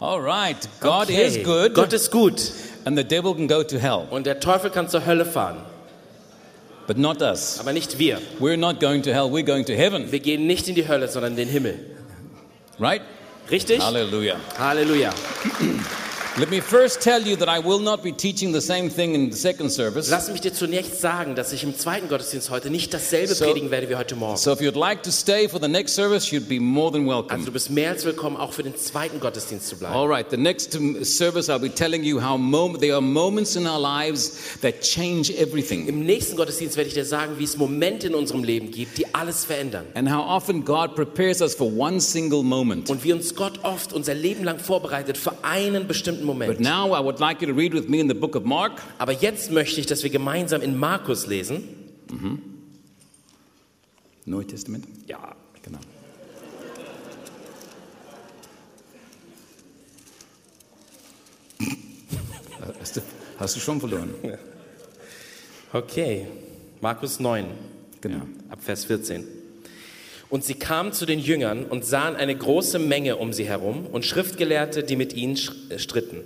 All right, God Okay, is good, Gott ist gut. and the devil can go to hell, Und der Teufel kann zur Hölle fahren, but not us. aber nicht wir. We're not going to hell, we're going to heaven, Wir gehen nicht in die Hölle, sondern in den Himmel. right? Richtig? Hallelujah. Halleluja. Let me first tell you that I will not be teaching the same thing in the second service. Lass mich dir zunächst sagen, dass ich im zweiten Gottesdienst heute nicht dasselbe So- predigen werde wie heute Morgen. So if you'd like to stay for the next service, you'd be more than Also welcome. du bist mehr als willkommen, auch für den zweiten Gottesdienst zu bleiben. All right, the next um, service I'll be telling you how mom- there are moments in our lives that change everything Im nächsten Gottesdienst werde ich dir sagen, wie es Momente in unserem Leben gibt, die alles verändern. and how often God prepares us for one single moment. Und wie uns Gott oft unser Leben lang vorbereitet für einen bestimmten But Moment. now I would like you to read with me in the book of Mark, Aber jetzt möchte ich, dass wir gemeinsam in Markus lesen. Neue Testament. Ja. Genau. Äh, Hast du, hast du schon verloren? Okay. Markus 9. Genau. ab Vers 14. Und sie kamen zu den Jüngern und sahen eine große Menge um sie herum und Schriftgelehrte, die mit ihnen sch- äh, stritten.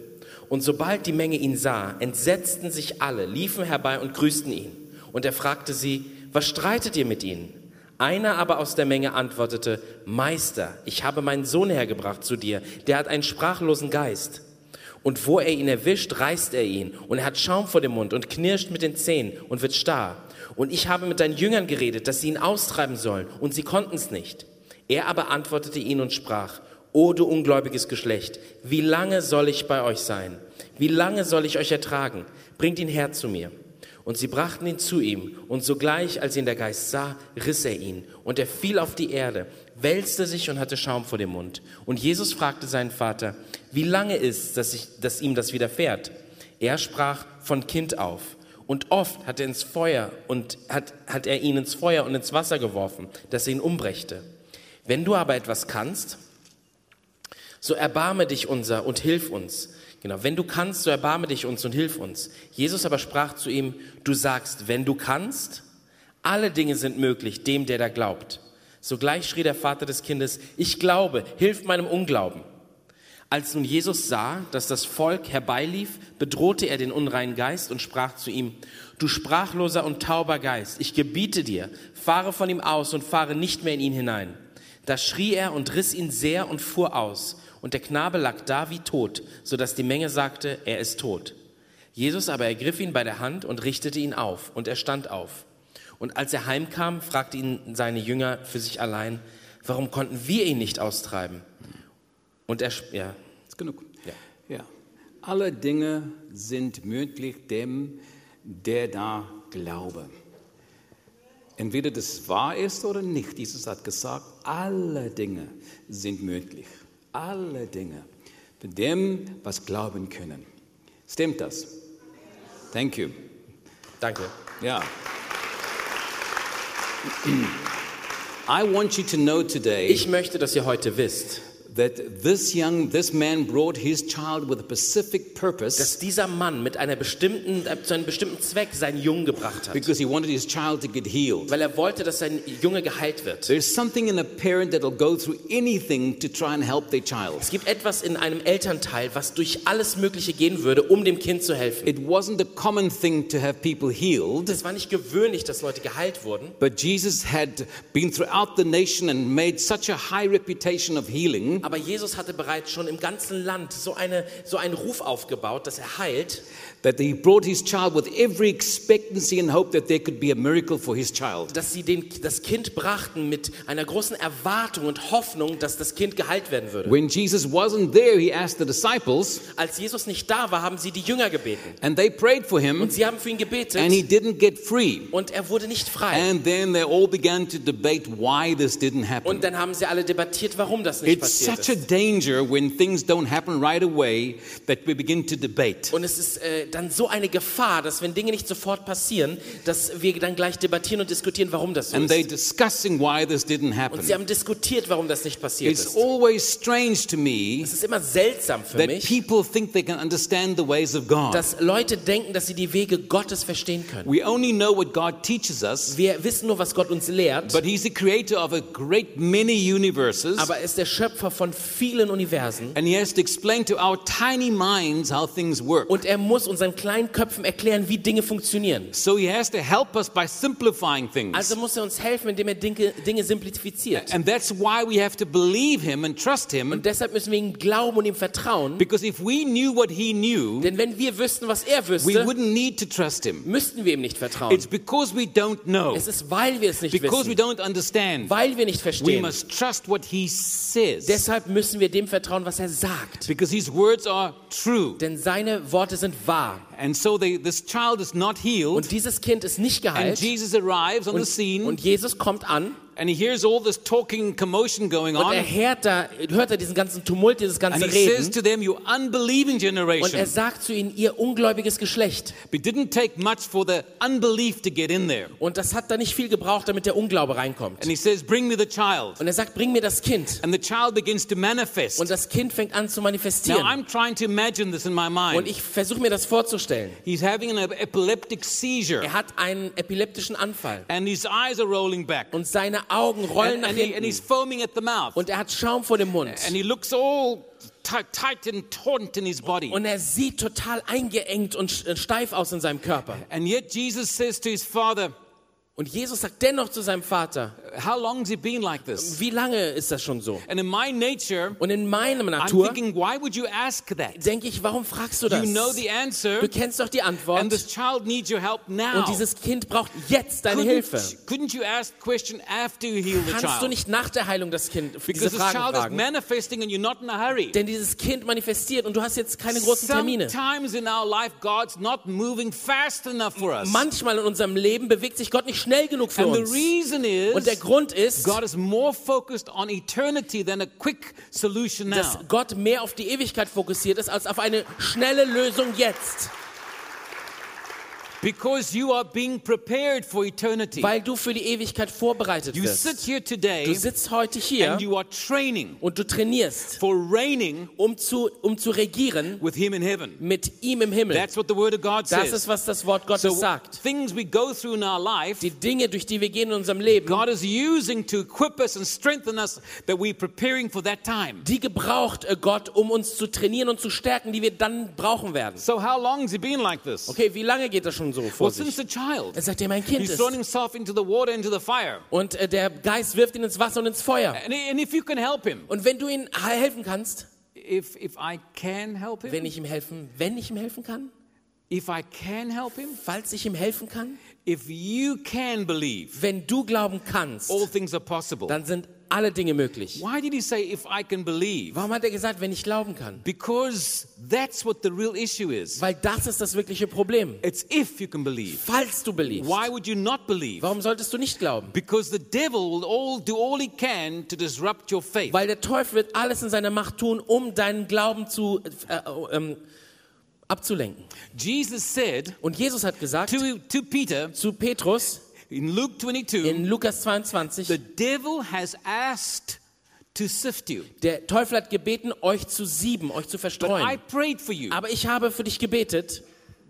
Und sobald die Menge ihn sah, entsetzten sich alle, liefen herbei und grüßten ihn. Und er fragte sie, was streitet ihr mit ihnen? Einer aber aus der Menge antwortete, Meister, ich habe meinen Sohn hergebracht zu dir, der hat einen sprachlosen Geist. Und wo er ihn erwischt, reißt er ihn. Und er hat Schaum vor dem Mund und knirscht mit den Zähnen und wird starr. Und ich habe mit deinen Jüngern geredet, dass sie ihn austreiben sollen. Und sie konnten es nicht. Er aber antwortete ihnen und sprach, O du ungläubiges Geschlecht, wie lange soll ich bei euch sein? Wie lange soll ich euch ertragen? Bringt ihn her zu mir. Und sie brachten ihn zu ihm, und sogleich, als ihn der Geist sah, riss er ihn, und er fiel auf die Erde, wälzte sich und hatte Schaum vor dem Mund. Und Jesus fragte seinen Vater, wie lange ist, dass, ich, dass ihm das widerfährt? Er sprach von Kind auf. Und oft hat er, ins Feuer und hat, hat er ihn ins Feuer und ins Wasser geworfen, dass er ihn umbrächte. Wenn du aber etwas kannst, so erbarme dich unser und hilf uns. Genau, wenn du kannst, so erbarme dich uns und hilf uns. Jesus aber sprach zu ihm, du sagst, wenn du kannst, alle Dinge sind möglich dem, der da glaubt. Sogleich schrie der Vater des Kindes, ich glaube, hilf meinem Unglauben. Als nun Jesus sah, dass das Volk herbeilief, bedrohte er den unreinen Geist und sprach zu ihm, Du sprachloser und tauber Geist, ich gebiete dir, fahre von ihm aus und fahre nicht mehr in ihn hinein. Da schrie er und riss ihn sehr und fuhr aus, und der Knabe lag da wie tot, so dass die Menge sagte, er ist tot. Jesus aber ergriff ihn bei der Hand und richtete ihn auf, und er stand auf. Und als er heimkam, fragte ihn seine Jünger für sich allein, warum konnten wir ihn nicht austreiben? Und er, sp- ja, Ist genug. Ja. ja. Alle Dinge sind möglich dem, der da glaube. Entweder das wahr ist oder nicht. Jesus hat gesagt, alle Dinge sind möglich. Alle Dinge. Für dem, was glauben können. Stimmt das? Thank you. Danke. Yeah. I want you to know today Ich möchte, dass ihr heute wisst, that this young this man brought his child with a specific purpose dass dieser Mann mit einer bestimmten, äh, zu einem bestimmten Zweck seinen Jungen gebracht hat. because he wanted his child to get healed. Weil er wollte, dass sein Junge geheilt wird. There's something in a parent that'll go through anything to try and help their child. Es gibt etwas in einem Elternteil, was durch alles Mögliche gehen würde, um dem Kind zu helfen. It wasn't a common thing to have people healed, Es war nicht gewöhnlich, dass Leute geheilt wurden, but Jesus had been throughout the nation and made such a high reputation of healing aber Jesus hatte bereits schon im ganzen Land so, eine, so einen Ruf aufgebaut, dass er heilt, that he brought his child with every expectancy and hope that there could be a miracle for his child. dass sie den, das Kind brachten mit einer großen Erwartung und Hoffnung, dass das Kind geheilt werden würde. When Jesus wasn't there, he asked the disciples, Als Jesus nicht da war, haben sie die Jünger gebeten. and they prayed for him. Und sie haben für ihn and he gebetet didn't get free. und er wurde nicht frei. And then they all began to debate why this didn't happen. Und dann haben sie alle debattiert, warum das nicht It's passiert such a ist. danger when things don't happen right away that we begin to debate. Und es ist äh, dann so eine Gefahr, dass wenn Dinge nicht sofort passieren, dass wir dann gleich debattieren und diskutieren, warum das so And they're ist. discussing why this didn't happen. Und sie haben diskutiert, warum das nicht passiert It's ist. always strange to me Es ist immer seltsam für that mich, people think they can understand the ways of God. dass Leute denken, dass sie die Wege Gottes verstehen können. We only know what God teaches us, Wir wissen nur, was Gott uns lehrt, but He's the creator of a great many universes. aber er ist der Schöpfer von von vielen Universen. And he has to explain to our tiny minds how things work. Und er muss unseren kleinen Köpfen erklären, wie Dinge funktionieren. So he has to help us by simplifying things. Also muss er uns helfen, indem er Dinge, Dinge simplifiziert. And that's why we have to believe him and trust him. Und deshalb müssen wir ihm glauben und ihm vertrauen. Because if we knew what he knew, Denn wenn wir wüssten, was er we wüsste, wouldn't need to trust him. müssten wir ihm nicht vertrauen. It's because we don't know, Es ist, weil wir es nicht because we wissen, don't understand. weil wir nicht We verstehen. must trust what he says. Deshalb müssen wir dem vertrauen, was er sagt. Because his words are true. Denn seine Worte sind wahr. And so they, this child is not healed. Und dieses Kind ist nicht And geheilt. Jesus arrives on the Und, scene und Jesus kommt an and he hears all this talking and commotion going und er on. hört da, hört da diesen ganzen Tumult, dieses And ganze he says Reden. to them, You unbelieving Und er generation. sagt zu ihnen, ihr ungläubiges Geschlecht. It didn't take much for the unbelief to get in there. Und das hat da nicht viel gebraucht, damit der Unglaube reinkommt. And he says, Bring me the child. Und er sagt, bring mir das Kind. And the child begins to manifest. Und das Kind fängt an zu Now manifestieren. I'm trying to imagine this in my Und mind. ich versuche mir das vorzustellen. He's having an epileptic seizure Er hat einen epileptischen Anfall. and his eyes are rolling back. Und seine Augen rollen And, nach and, he, and hinten. he's foaming at the mouth. Und er hat Schaum vor dem Mund. And he looks all ti- tight and taut in his body. Und er sieht total eingeengt und sch- äh, steif aus in seinem Körper. And yet Jesus says to his father, Und Jesus sagt dennoch zu seinem Vater, How long's he been like this? wie lange ist das schon so? And in my nature, Und in meinem I'm Natur thinking, why would you ask that? denke ich, warum fragst du You das? know Du the answer, kennst doch die and Antwort. this child needs your help now. Und dieses Kind braucht jetzt deine Hilfe. Couldn't, couldn't you ask the question after you heal the Kannst du child? nicht nach der Heilung das Kind diese Because this child Fragen is fragen? manifesting and you're not in a hurry. Denn dieses Kind manifestiert und du hast jetzt keine großen Termine. Sometimes in our life, God's not moving fast enough for us. Manchmal in unserem Leben bewegt sich Gott nicht schnell genug für And the uns. reason Und der is Grund ist, God is more focused on eternity than a quick solution dass now. Gott mehr auf die Ewigkeit fokussiert ist als auf eine schnelle Lösung jetzt, Because you are being prepared for eternity. weil du für die Ewigkeit vorbereitet You sit wirst. here Du today sitzt heute hier and you are training und du trainierst, for reigning um zu, um zu regieren with Him in heaven. mit ihm im Himmel. That's what the Word of God Das ist, says. was das Wort So Gottes sagt. things we go through in our life, Die Dinge, durch die wir gehen in unserem Leben, God is using to equip us and strengthen us that we're preparing for that time. die gebraucht äh, Gott, um uns zu trainieren und zu stärken, die wir dann brauchen werden. So how long has it been like this? Okay, wie lange geht das schon so vor Well, since sich? a child. Seitdem er ein Kind He's ist. thrown himself into the water, into the fire. Und äh, der Geist wirft ihn ins Wasser und ins Feuer. And, and if you can help him, Und wenn du ihm helfen kannst, if, if I can help him, wenn ich ihm helfen, wenn ich ihm helfen kann, if I can help him, falls ich ihm helfen kann, if you can believe, wenn du glauben kannst, all things are possible. dann sind alle Dinge möglich. Why did he say, if I can believe? Warum hat er gesagt, wenn ich glauben kann? Because that's what the real issue is. Weil das ist das wirkliche Problem. It's if you can believe. Falls du beliebst, Why would you not believe? warum solltest du nicht glauben? Because the devil will all, do all he can to disrupt your faith. Weil der Teufel wird alles in seiner Macht tun, um deinen Glauben zu äh, äh, ähm, abzulenken. Jesus said Und Jesus hat gesagt to, to Peter zu Petrus in Luke 22 in Lukas the 22, devil has asked to sift you, der Teufel hat gebeten, euch zu sieben, euch zu but I verstreuen. prayed for you. Aber ich habe für dich gebetet.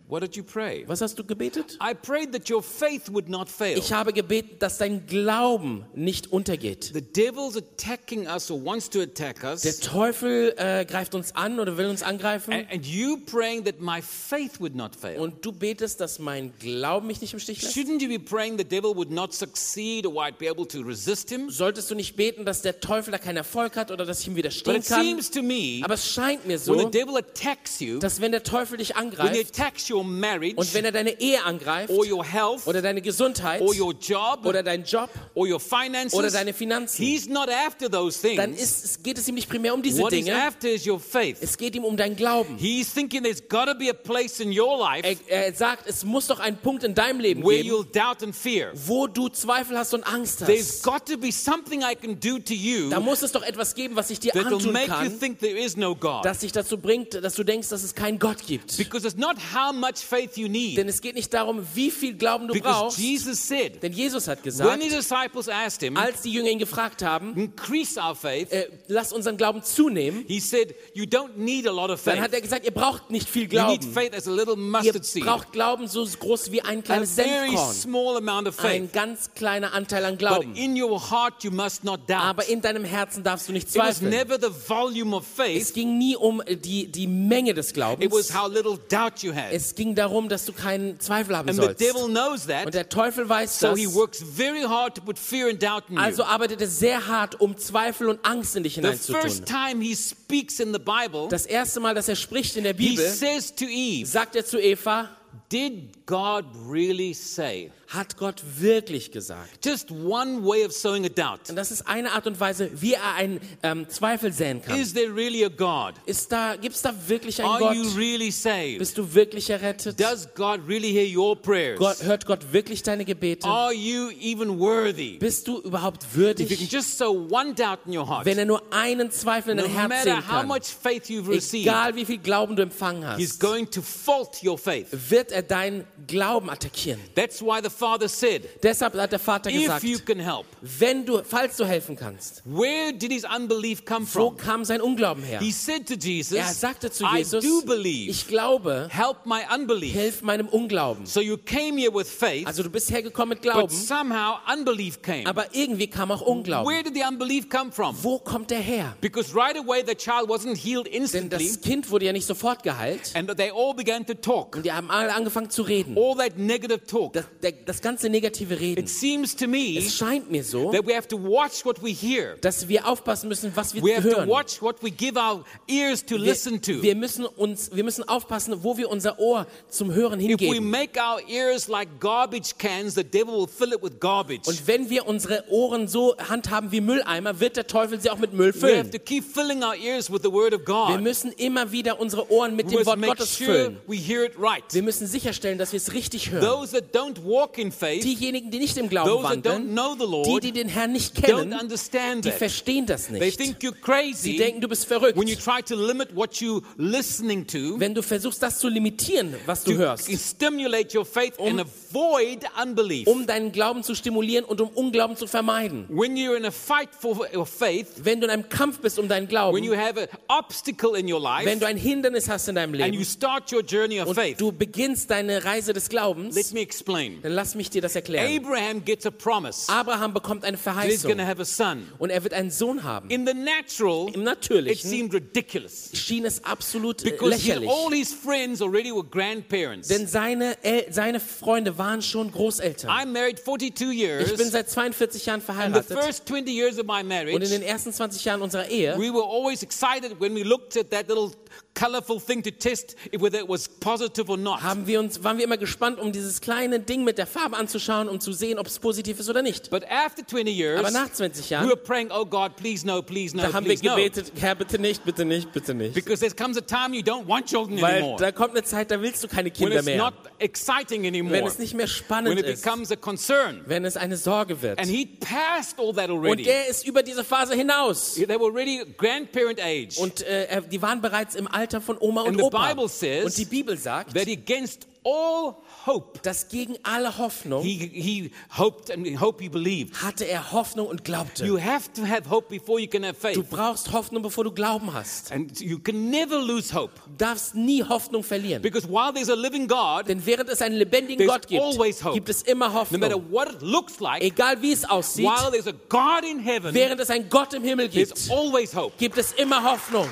What did you pray? Was hast du gebetet? I prayed that your faith would not fail. Ich habe gebeten, dass dein Glauben nicht untergeht. The devil's attacking us or wants to attack Der us. Teufel äh, greift uns an oder will uns angreifen. And, and you praying that my faith would not fail. Und du betest, dass mein Glauben mich nicht im Stich lässt. Shouldn't you be praying the devil would not succeed or I'd be able to resist him? Solltest du nicht beten, dass der Teufel da keinen Erfolg hat oder dass ich ihm But widerstehen it kann? seems to me Aber es scheint mir when the so, devil attacks you, dass wenn der Teufel dich when he angreift attacks your marriage und wenn er deine Ehe angreift or your health oder deine Gesundheit or your job oder deinen Job or your finances, oder deine Finanzen, he's not after those dann things. ist, es- geht es ihm nicht primär um diese What he's Dinge. after is your faith. Es geht ihm um deinen Glauben. He's thinking there's got to be a place in your Er, life er sagt, es muss doch einen Punkt in deinem Leben where geben, you'll doubt and fear. wo du Zweifel hast und Angst There's hast. got to be something I can do to you Da muss es doch etwas geben, was ich dir that'll antun make you kann, think there is no God. das dich dazu bringt, dass du denkst, dass es keinen Gott gibt. Because it's not how much faith you need. Denn es geht nicht darum, wie viel Glauben du Because brauchst. Jesus said, Denn Jesus hat when gesagt, the disciples asked him, als die Jünger ihn gefragt haben, increase our faith, äh, lass unseren Glauben zunehmen, he said, you don't need a lot of dann hat faith. er gesagt, ihr braucht nicht viel You need Glauben. faith as a little Ihr mustard seed. braucht Glauben so groß wie ein A kleines very Senfkorn. small amount of Ein faith. ganz kleiner Anteil an But Glauben. in your heart you must not doubt. Aber in deinem Herzen darfst du nicht It was zweifeln. never the volume of Es faith, ging nie um äh, die, die Menge des it was Glaubens. how little doubt you had. Es ging darum, dass du keinen Zweifel haben And the sollst. devil knows Und that, der Teufel weiß so he das. works very hard to put fear and doubt in Also you. arbeitet er sehr hart, um Zweifel und Angst in dich The hineinzutun. first time he speaks in the Bible, Das erste Mal, dass er spricht in der he Bibel, says to Eve, sagt er zu Eva, Did God really say? hat Gott wirklich gesagt. Just one way of sowing a doubt. Und das ist eine Art und Weise, wie er einen ähm, Zweifel säen kann. Is there really a God? Ist da, gibt's da wirklich einen Are you Gott? really saved? Bist du wirklich errettet? Does God really hear your prayers? Gott, hört Gott wirklich deine Gebete? Are you even worthy? Bist du überhaupt If you can würdig? just sow one doubt in your heart, Wenn er nur einen Zweifel in no dein Herz matter sehen how kann, much faith you've received, egal wie viel Glauben du empfangen he's hast, going to fault your faith. wird er deinen Glauben attackieren. That's why the Father said, Deshalb hat der Vater if gesagt, you can help. wenn du, falls du helfen kannst, Where did his unbelief come wo from? kam sein Unglauben her? He said to Jesus, Er sagte zu I Jesus, do believe, ich glaube, help my unbelief. hilf meinem Unglauben. So you came here with faith, Also du bist hergekommen mit but Glauben, somehow unbelief came. aber irgendwie kam auch Unglauben. Where did the unbelief come from? Wo kommt er her? Because right away the child wasn't healed Denn instantly, das Kind wurde ja nicht sofort geheilt. and Oh. they all began to talk. Und die haben alle angefangen zu reden. All that negative talk. Das, der, das ganze negative It Reden. seems to me Es scheint mir so, that we have to watch what we hear. dass wir aufpassen müssen, was wir We have to hören. watch what we give our ears to listen Wir, to. wir, müssen uns, wir müssen aufpassen, wo wir unser Ohr zum Hören If we hingeben. make our ears like garbage cans, the devil will fill it with garbage. Und wenn wir unsere Ohren so handhaben wie Mülleimer, wird der Teufel sie auch mit Müll We have füllen. to keep filling our ears with the word of Wir God. müssen immer wieder unsere Ohren mit We dem must Wort make Gottes sure füllen. we hear it right. Wir müssen sicherstellen, dass wir es richtig hören. Those that don't walk in faith, Diejenigen, die nicht im Glauben those that don't wandeln, know the die, Lord, die den Herrn nicht don't kennen, understand die that. verstehen das They nicht. think you're Sie crazy denken, du bist when you verrückt, try to limit what you're listening to wenn du versuchst, das zu limitieren, was du to hörst, stimulate your faith and avoid unbelief. um deinen Glauben zu stimulieren und um Unglauben zu vermeiden. When you're in a fight for your faith, Wenn du in einem Kampf bist um deinen when Glauben, you have an obstacle in your wenn life du ein Hindernis hast in deinem and you Leben start your journey of und faith, du beginnst deine Reise des let Glaubens, me explain. dann lass mich dir das erklären. Abraham gets a promise that Abraham bekommt eine he's going to Verheißung have a son. und er wird einen Sohn haben. In the natural, Im it Natürlichen seemed ridiculous schien es absolut äh, because he- lächerlich, all his friends already were grandparents. denn seine, El seine Freunde waren schon Großeltern. I'm married 42 Ich bin years. seit 42 Jahren In the verheiratet first 20 years of my und in den marriage, ersten 20 Jahren unserer Ehe we were always excited when we looked at that little colorful thing to test if whether it was positive or not. haben wir uns, waren wir immer gespannt, um dieses kleine Ding mit der Farbe anzuschauen, um zu sehen, ob es positiv ist oder nicht. But after 20 Aber years, nach 20 we Jahren, were praying, oh God, please no, please no, da haben wir please no. gebetet, Herr, bitte nicht, bitte nicht, bitte nicht. Because there comes a time you don't want children Weil anymore. da kommt eine Zeit, da willst du keine When Kinder it's mehr. not exciting Wenn anymore. es nicht mehr When spannend it ist, becomes a concern. wenn es eine Sorge wird. And he passed all that Und already. er ist über diese Phase hinaus. They were already grandparent age. Und äh, er- die waren bereits im Alter von Oma And und the Opa. Bible says Und die Bibel sagt, that against all hope, dass gegen alle Hoffnung he, he hoped and in hope he believed. hatte er Hoffnung und You glaubte. have to have hope before you can have Du faith. brauchst Hoffnung, bevor du Glauben hast. And you can never lose hope. Du darfst nie Hoffnung verlieren. Because while there's a living God, Denn während es einen lebendigen There's Gott gibt, always hope. gibt es immer no matter Hoffnung. what it looks like, Egal wie es aussieht, while there's a God in heaven, während es einen Gott im Himmel there's gibt, always hope. gibt es immer Hoffnung.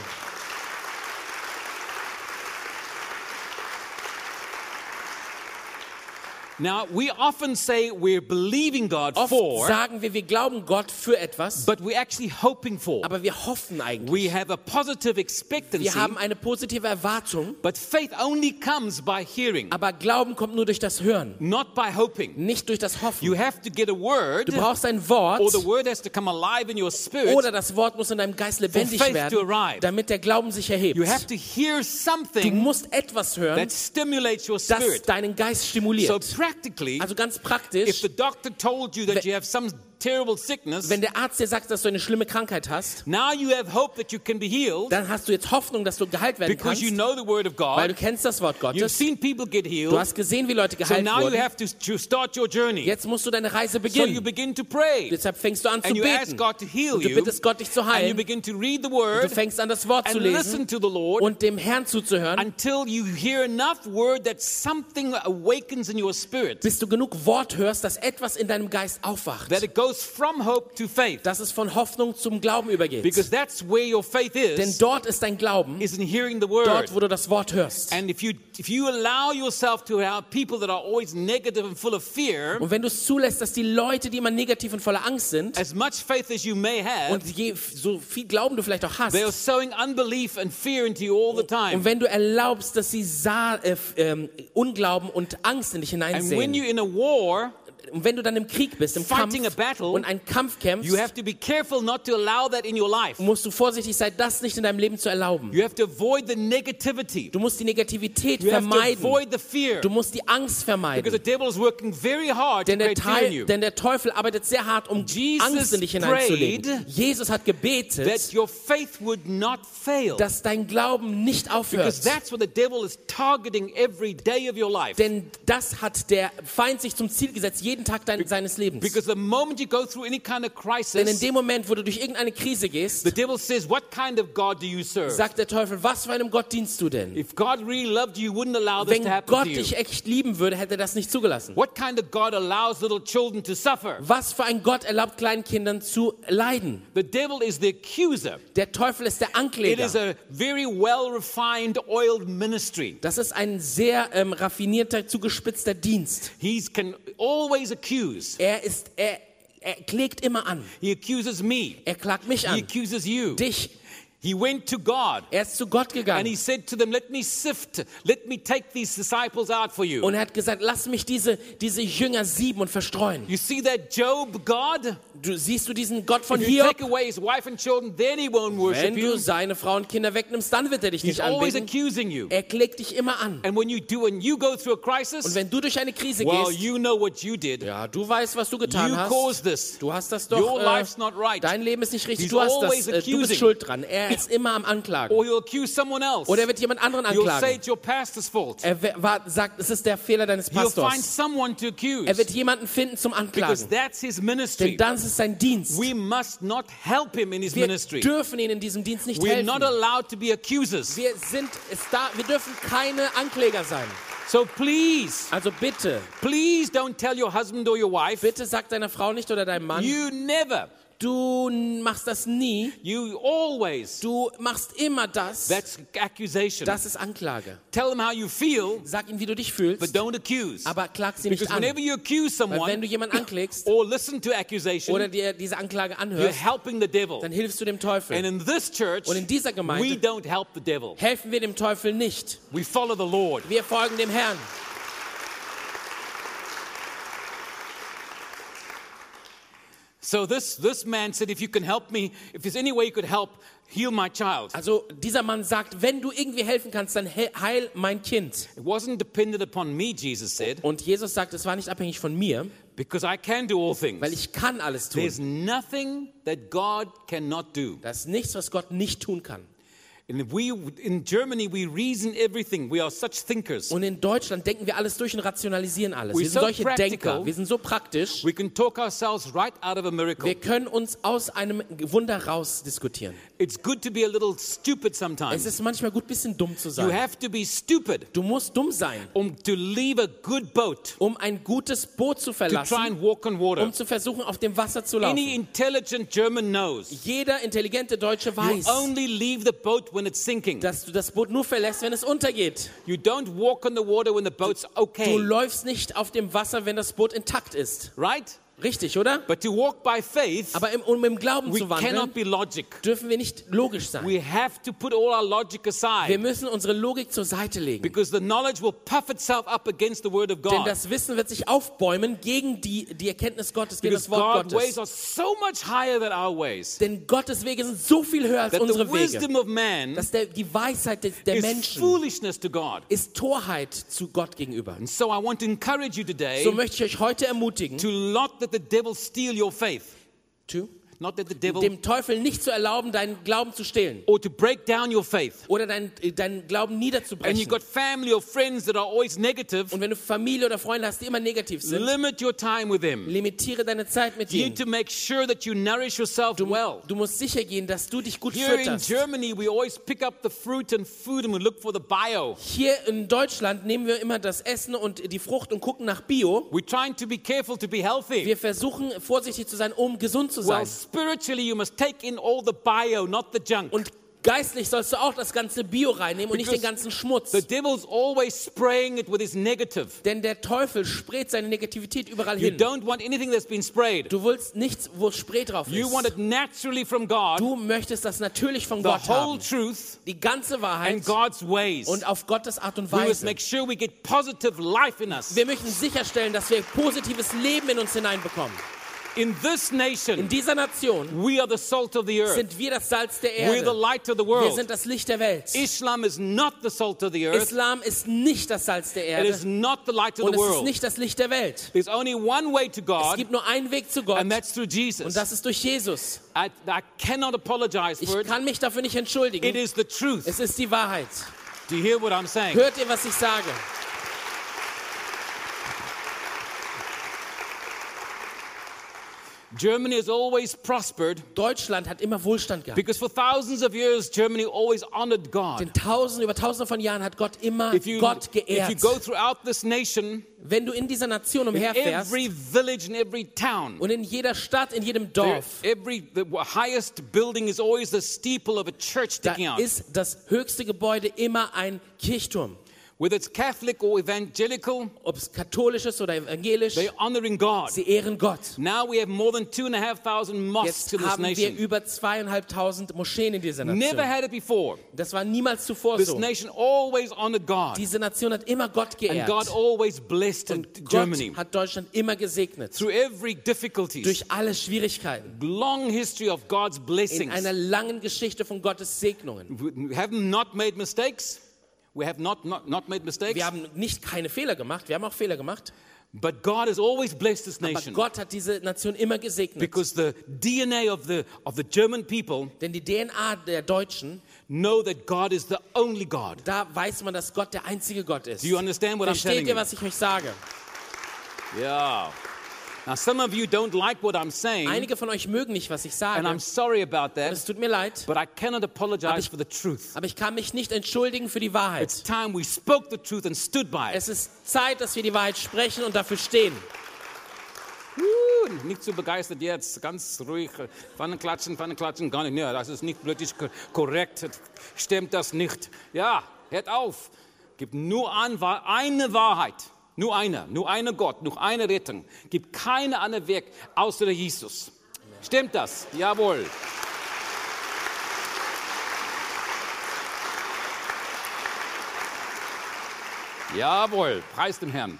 Now, we often say we're believing God Oft for, sagen wir, wir glauben Gott für etwas, but we're actually hoping for. aber wir hoffen We eigentlich. have a positive Wir expectancy, haben eine positive Erwartung, but faith only comes by hearing, aber Glauben kommt nur durch das Hören, not by hoping. nicht durch das You Hoffen. have to get a word, Du brauchst ein or the Wort word has to come alive in your spirit. oder das Wort muss in deinem Geist lebendig faith to werden, arrive. damit der Glauben sich erhebt. You have to hear Du something musst etwas hören, that stimulates your das spirit. deinen Geist So stimuliert. practically, Also ganz if praktisch, the doctor told you that you have some terrible sickness, Wenn der Arzt dir sagt, dass du eine schlimme Krankheit hast, now you have hope that you can be healed dann hast du jetzt Hoffnung, dass du geheilt werden because kannst, you know the word of weil du God. kennst das Wort You've Gottes. seen people get Du healed. hast gesehen, wie Leute So geheilt now you wurden. have to, to start your journey. Jetzt musst du deine So Reise you beginnen. begin to pray Deshalb fängst du an zu and you ask beten. God to heal Und du you bittest Gott, dich zu and you heilen. Und begin to read the du word fängst an, das Wort zu and lesen listen to the Lord und dem Herrn zuzuhören, until you hear enough word that something awakens in your spirit, bis du genug Wort hörst, dass etwas in deinem Geist aufwacht. that it goes from hope to faith. Dass es von Hoffnung zum Glauben Because übergeht. that's where your faith Denn is, dort ist dein Glauben, is in hearing the word. dort, wo du das Wort hörst. And if you, if you allow yourself to have people that are always negative and full of fear, Und wenn du es zulässt, dass die Leute, die immer negativ und voller Angst sind, as much faith as you may und have, je, so viel Glauben du vielleicht auch hast, they are sowing unbelief and fear into you all the und time. wenn du erlaubst, dass sie Sa äh, f- ähm, Unglauben und Angst in dich And when hineinsehen, you're in a war, und wenn du dann im Krieg bist, im Kampf Fighting a battle, und einen Kampf you kämpfst, have to be careful not to allow that in your life. musst du vorsichtig sein, das nicht in deinem Leben zu erlauben. You have to avoid the negativity. Du musst die Negativität You have to vermeiden. avoid the fear. Du musst die Angst Because the vermeiden. devil is working very hard Denn to der, create fear in Teil, you. denn der Teufel arbeitet sehr hart, um Jesus Angst in dich hineinzulegen. prayed Jesus hat That gebetet, your faith would not fail. dass dein Glauben nicht aufhört. Because that's what the devil is targeting every day of your life. Denn das hat der Feind sich zum Ziel gesetzt, jeden Tag dein, seines Lebens. Because the moment you go through any kind of Denn in crisis, dem Moment, wo du durch irgendeine Krise the gehst, devil says, What kind of God do you serve? sagt der Teufel, was für einem Gott dienst du denn? If God really loved you, he wouldn't allow this Wenn to happen Gott to you. dich echt lieben würde, hätte er das nicht zugelassen. What kind of God allows little children to suffer? Was für ein Gott erlaubt kleinen Kindern zu leiden? The devil is the accuser. Der Teufel ist der It is Ankläger. a very well refined, oiled ministry. Das ist ein sehr ähm, raffinierter, zugespitzter Dienst. He can always accuse. Er ist, er, er klägt immer an. He accuses me. Er klagt mich He an. accuses you. Dich. He went to God Er ist zu Gott and he gegangen. said to them, Let me sift, let me take these disciples out for you. Und er hat gesagt, lass mich diese, diese Jünger sieben und verstreuen. You see that Job God? Du siehst du diesen Gott von If you hier? take away his wife and children, then he won't worship Wenn du you. seine Frau und Kinder wegnimmst, dann wird er dich He's nicht always anbeten. accusing you. Er klägt dich immer an. And when you do, when you go through a Und crisis, wenn du durch eine Krise well, gehst, you know what you did. ja, du weißt, was du getan You hast. caused this. Du hast das Your doch. life's not Äh, right. dein Leben ist nicht richtig. He's Du hast das. always Äh, du bist accusing. schuld dran. Er ist immer am Anklagen. Or you'll accuse someone else. Oder er wird jemand anderen You'll say anklagen. it's your pastor's fault. Er we- war, sagt, es ist der Fehler deines You'll find Pastors. someone to accuse. Er wird jemanden finden zum Because Anklagen. that's his Denn ministry. das ist sein Dienst. We must not help him in his Wir ministry. dürfen ihn in diesem Dienst nicht We're not helfen. allowed to be accusers. Wir sind es da, wir dürfen keine Ankläger sein. So please, Also bitte, please don't tell your husband or your wife. bitte sag deiner Frau nicht oder deinem Mann, You never, du machst das nie, you always. du machst immer das. That's accusation. Das ist Anklage. Tell them how you feel, Sag ihm, wie du dich but fühlst, don't accuse. aber klag sie nicht Because an. whenever you accuse Weil wenn someone du jemanden anklagst or listen to oder accusation, dir diese Anklage you're anhörst, helping the devil. dann hilfst du dem And Teufel. in this church, Und in dieser we Gemeinde don't help the devil. helfen wir dem Teufel nicht. We follow the Lord. Wir folgen dem Herrn. So this, this man said, if you can help me, if there's any way you could help, heal my child. Also dieser Mann sagt, wenn du irgendwie helfen kannst, dann he- heil mein Kind. It wasn't dependent upon me, Jesus said, Und Jesus sagt, es war nicht abhängig von mir, because I can do all things. weil ich kann alles tun. There's nothing that God cannot do. Das ist nichts, was Gott nicht tun kann. And we, in Germany, we reason everything. We are such thinkers. Und in Deutschland denken wir alles durch und rationalisieren alles. We're Wir sind so solche practical. Denker, wir sind so praktisch. We can talk ourselves right out of a miracle. Wir können uns aus einem Wunder raus diskutieren. It's good to be a little stupid Es sometimes. ist manchmal gut, bisschen dumm zu You sein. have to be stupid Du musst dumm sein, um to leave a good boat um ein gutes Boot to zu try verlassen, and walk on water. um zu versuchen, auf dem Wasser zu Any laufen. intelligent German knows Jeder intelligente Deutsche you weiß, only leave the boat when it's sinking. dass du das Boot nur verlässt, wenn es untergeht. You don't walk on the water when the boat's Du okay, läufst nicht auf dem Wasser, wenn das Boot intakt ist. right? Richtig, oder? But to walk by faith, Aber im, um im Glauben we zu wandeln, cannot be logic. dürfen wir nicht logisch sein. We have to put all our logic Wir aside müssen unsere Logik zur Seite legen. because the knowledge will puff itself up against the word of Denn God. das Wissen wird sich aufbäumen gegen die, die Erkenntnis Gottes, gegen Because das Wort God's ways Gottes. are so much higher than our ways. Denn Gottes Wege sind so viel höher als That the unsere Wege. wisdom of man Dass der, die Weisheit des, der is Menschen foolishness to God. ist Torheit zu Gott gegenüber. And so I want to encourage you today So möchte ich euch heute ermutigen, to not let the devil steal your faith. to, Not that the devil dem Teufel nicht zu erlauben, deinen Glauben zu stehlen or to break down your faith. oder deinen, äh, deinen Glauben And you've niederzubrechen. got family or friends that are always negative. Und wenn du Familie oder Freunde hast, die immer negativ sind, Limit your time with them. limitiere deine Zeit mit You ihnen. need to make sure that you nourish yourself well. Du musst sicher gehen, dass du dich gut Here in fütterst. Germany, we always pick up the fruit and food and we look for the bio. Hier in Deutschland nehmen wir immer das Essen und die Frucht und gucken nach Bio. We're trying to be careful to be healthy. Wir versuchen vorsichtig zu sein, um gesund zu Well, sein. spiritually, you must take in all the bio, not the junk. Und geistlich sollst du auch das ganze Bio reinnehmen und nicht den ganzen Schmutz. The devil's always spraying it with his negative. Denn der Teufel spräht seine Negativität überall You hin. don't want anything that's been sprayed. Du willst nichts, wo Spray drauf You ist. want it naturally from God, Du möchtest das natürlich von the Gott whole haben. truth Die ganze and Wahrheit God's ways. und auf Gottes Art und We must Weise. make sure we get positive life in us. Wir möchten sicherstellen, dass wir positives Leben in uns hineinbekommen. In this In nation, dieser Nation we are the salt of the earth. sind wir das Salz der We're the Erde. light of the Wir world. sind das Licht der Welt. Islam is not the salt of the earth. Islam ist nicht das Salz der It is Erde not the light of und the es ist world. nicht das Licht der Welt. There's only one way to Es God, gibt nur einen Weg zu Gott and that's through und Jesus. das ist durch Jesus. I, I cannot apologize Ich for it. kann mich dafür nicht It entschuldigen. is the truth. Es ist die Wahrheit. Do you hear what I'm saying? Hört ihr, was ich sage? Germany has always prospered Deutschland hat immer Wohlstand gehabt. because for thousands of years, Germany always honored God. In Tausenden, über Tausende von Jahren hat Gott immer If you, Gott if you geehrt. go throughout this nation, Wenn du in dieser Nation in umherfährst every village and every town, und in jeder Stadt, in jedem There- Dorf, Every the highest building is always the steeple of a church da sticking out, ist das höchste Gebäude immer ein Kirchturm. whether it's Catholic or evangelical. Ob es katholisch ist oder evangelisch, They're honoring God. sie ehren Gott. Now we have more than two and a half thousand mosques Jetzt in this haben wir nation. über zweieinhalbtausend Moscheen in dieser Never Nation. had it before. Das war niemals zuvor This so. nation always honored God, Diese Nation hat immer Gott and geehrt. God always blessed Und Germany Gott hat Deutschland immer gesegnet. through every difficulty. Durch alle Schwierigkeiten. Long history of God's In blessings. einer langen Geschichte von Gottes Segnungen. We have not made mistakes. We have not not, not made mistakes. Wir haben nicht keine Fehler gemacht, wir haben auch Fehler gemacht. But God has always blessed this Aber nation. Gott hat diese Nation immer gesegnet. because the DNA of the of the German people Denn die DNA der Deutschen, know that God is the only God. da weiß man, dass Gott der einzige Gott ist. Do you understand what I'm Versteht telling ihr, you? was ich euch sage? Yeah. Now some of you don't like what I'm saying, Einige von euch mögen nicht, was ich and sage. I'm sorry about that, Es tut mir leid, but I cannot apologize ich- for the truth. aber ich kann mich nicht entschuldigen für die It's Wahrheit. time we spoke the truth and stood by it. Es ist Zeit, dass wir die Wahrheit sprechen und dafür stehen. Woo, Nicht so begeistert jetzt, ganz ruhig. Pfannen klatschen, Pfannen klatschen, gar nicht. Ja, das ist nicht politisch ko- korrekt. Stimmt das nicht? Ja, hört auf. Gibt nur an, wa- eine Wahrheit. Nur eine, nur eine Gott, nur eine Rettung. Gibt keine andere Weg außer Jesus. Stimmt das? Jawohl. Jawohl, preis dem Herrn.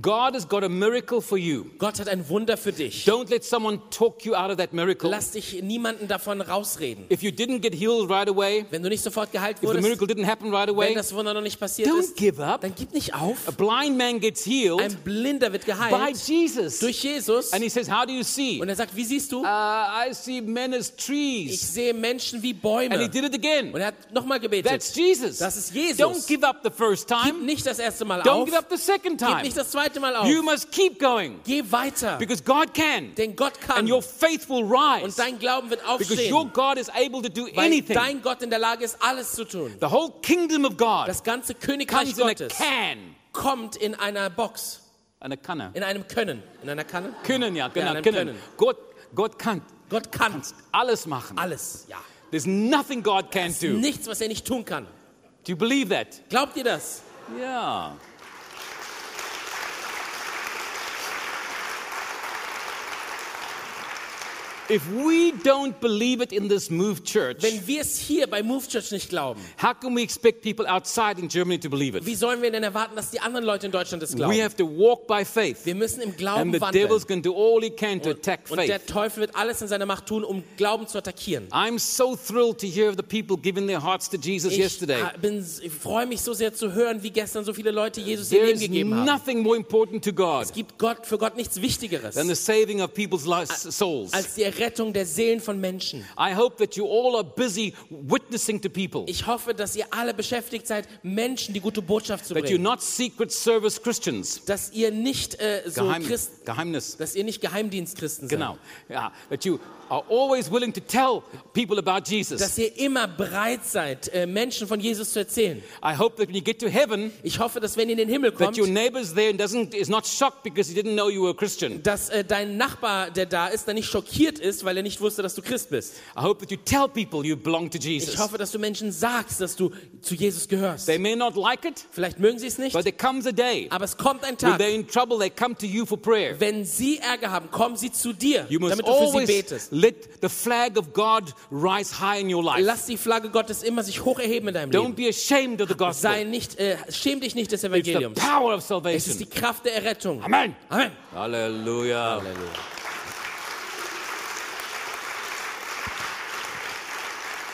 God has got a miracle for you. Gott hat ein Wunder für dich. Don't let someone talk you out of that miracle. Lass dich niemanden davon rausreden. If you didn't get healed right away, Wenn du nicht sofort geheilt if the wurdest, miracle didn't happen right wenn away, das Wunder noch nicht passiert don't ist, give up. dann gib nicht auf. A blind man gets healed Ein Blinder wird by geheilt Jesus. durch Jesus And he says, How do you see? und Uh, er sagt, wie siehst du? I see men as Ich trees. sehe Menschen wie And he Bäume. did it Und again. er hat nochmal gebetet. That's Jesus. Das ist Jesus. Don't give up the first Gib time. nicht das erste Mal Don't auf. give up the second Gib time. nicht das zweite Mal auf. You must keep going Geh weiter, because God can. denn Gott kann And your faith will und rise dein Glauben wird because your aufstehen, God is able to do weil anything. dein Gott in der Lage ist, alles zu tun. The whole kingdom of God Das ganze Königreich comes in a Gottes can. kommt in einer Box, Eine Kanne. in einem Können, in einer Kanne. Können, ja, genau, Ja, dann können. können. Gott, Gott kann Gott kann alles machen. alles, ja. There's nothing God can't do. Do Nichts, was er nicht tun kann. you believe that? Glaubt ihr das? Yeah. If we don't believe it in this Move Church, Wenn wir es hier bei Move Church nicht glauben, how can we expect people outside in Germany to believe it? wie sollen wir denn erwarten, dass die anderen Leute in Deutschland es We glauben? have to walk by faith. Wir müssen im And Glauben the wandeln. devil's going to do all he can to attack Und der faith. Teufel wird alles in seiner Macht tun, um Glauben zu attackieren. I'm so thrilled to hear of the people giving their hearts to Jesus Ich ah, yesterday. bin- ich freue mich so sehr zu hören, wie gestern so viele Leute Jesus ihr There Leben is gegeben haben. nothing more important to God Es gibt Gott, für Gott nichts Wichtigeres than the saving of people's lives, souls. als die Rettung der Seelen von Menschen. I hope that you all are busy witnessing to people, Ich hoffe, dass ihr alle beschäftigt seid, Menschen die gute Botschaft zu that you're bringen. not Secret Service Christians. Dass ihr nicht äh, so Geheim, Christen, Geheimnis. dass ihr nicht Geheimdienstchristen seid. Genau. Ja, that you are always willing to tell people about Jesus. Dass ihr immer bereit seid, äh, Menschen von Jesus zu erzählen. I hope that when you get to heaven, Ich hoffe, dass wenn ihr in den Himmel that kommt, your neighbor's there and doesn't is not shocked because he didn't know you were a Christian. dass äh, dein Nachbar, der da ist, dann nicht schockiert ist, weil er nicht wusste, dass du Christ bist. I hope that you tell people you belong to Jesus. Ich hoffe, dass du Menschen sagst, dass du zu Jesus gehörst. They may not like it, Vielleicht mögen sie es nicht, but there comes a day aber es kommt ein when Tag, they're in trouble, they come to you for prayer. wenn sie Ärger haben, kommen sie zu dir, You must damit du für sie always betest. let the flag of God rise high in your life. Lass die Flagge Gottes immer sich hoch erheben in deinem Don't Leben. be ashamed of the Sei gospel. nicht, äh, schäm dich nicht des It's the Evangeliums. power of Es ist salvation. die Kraft der Errettung. Amen. Amen. Hallelujah.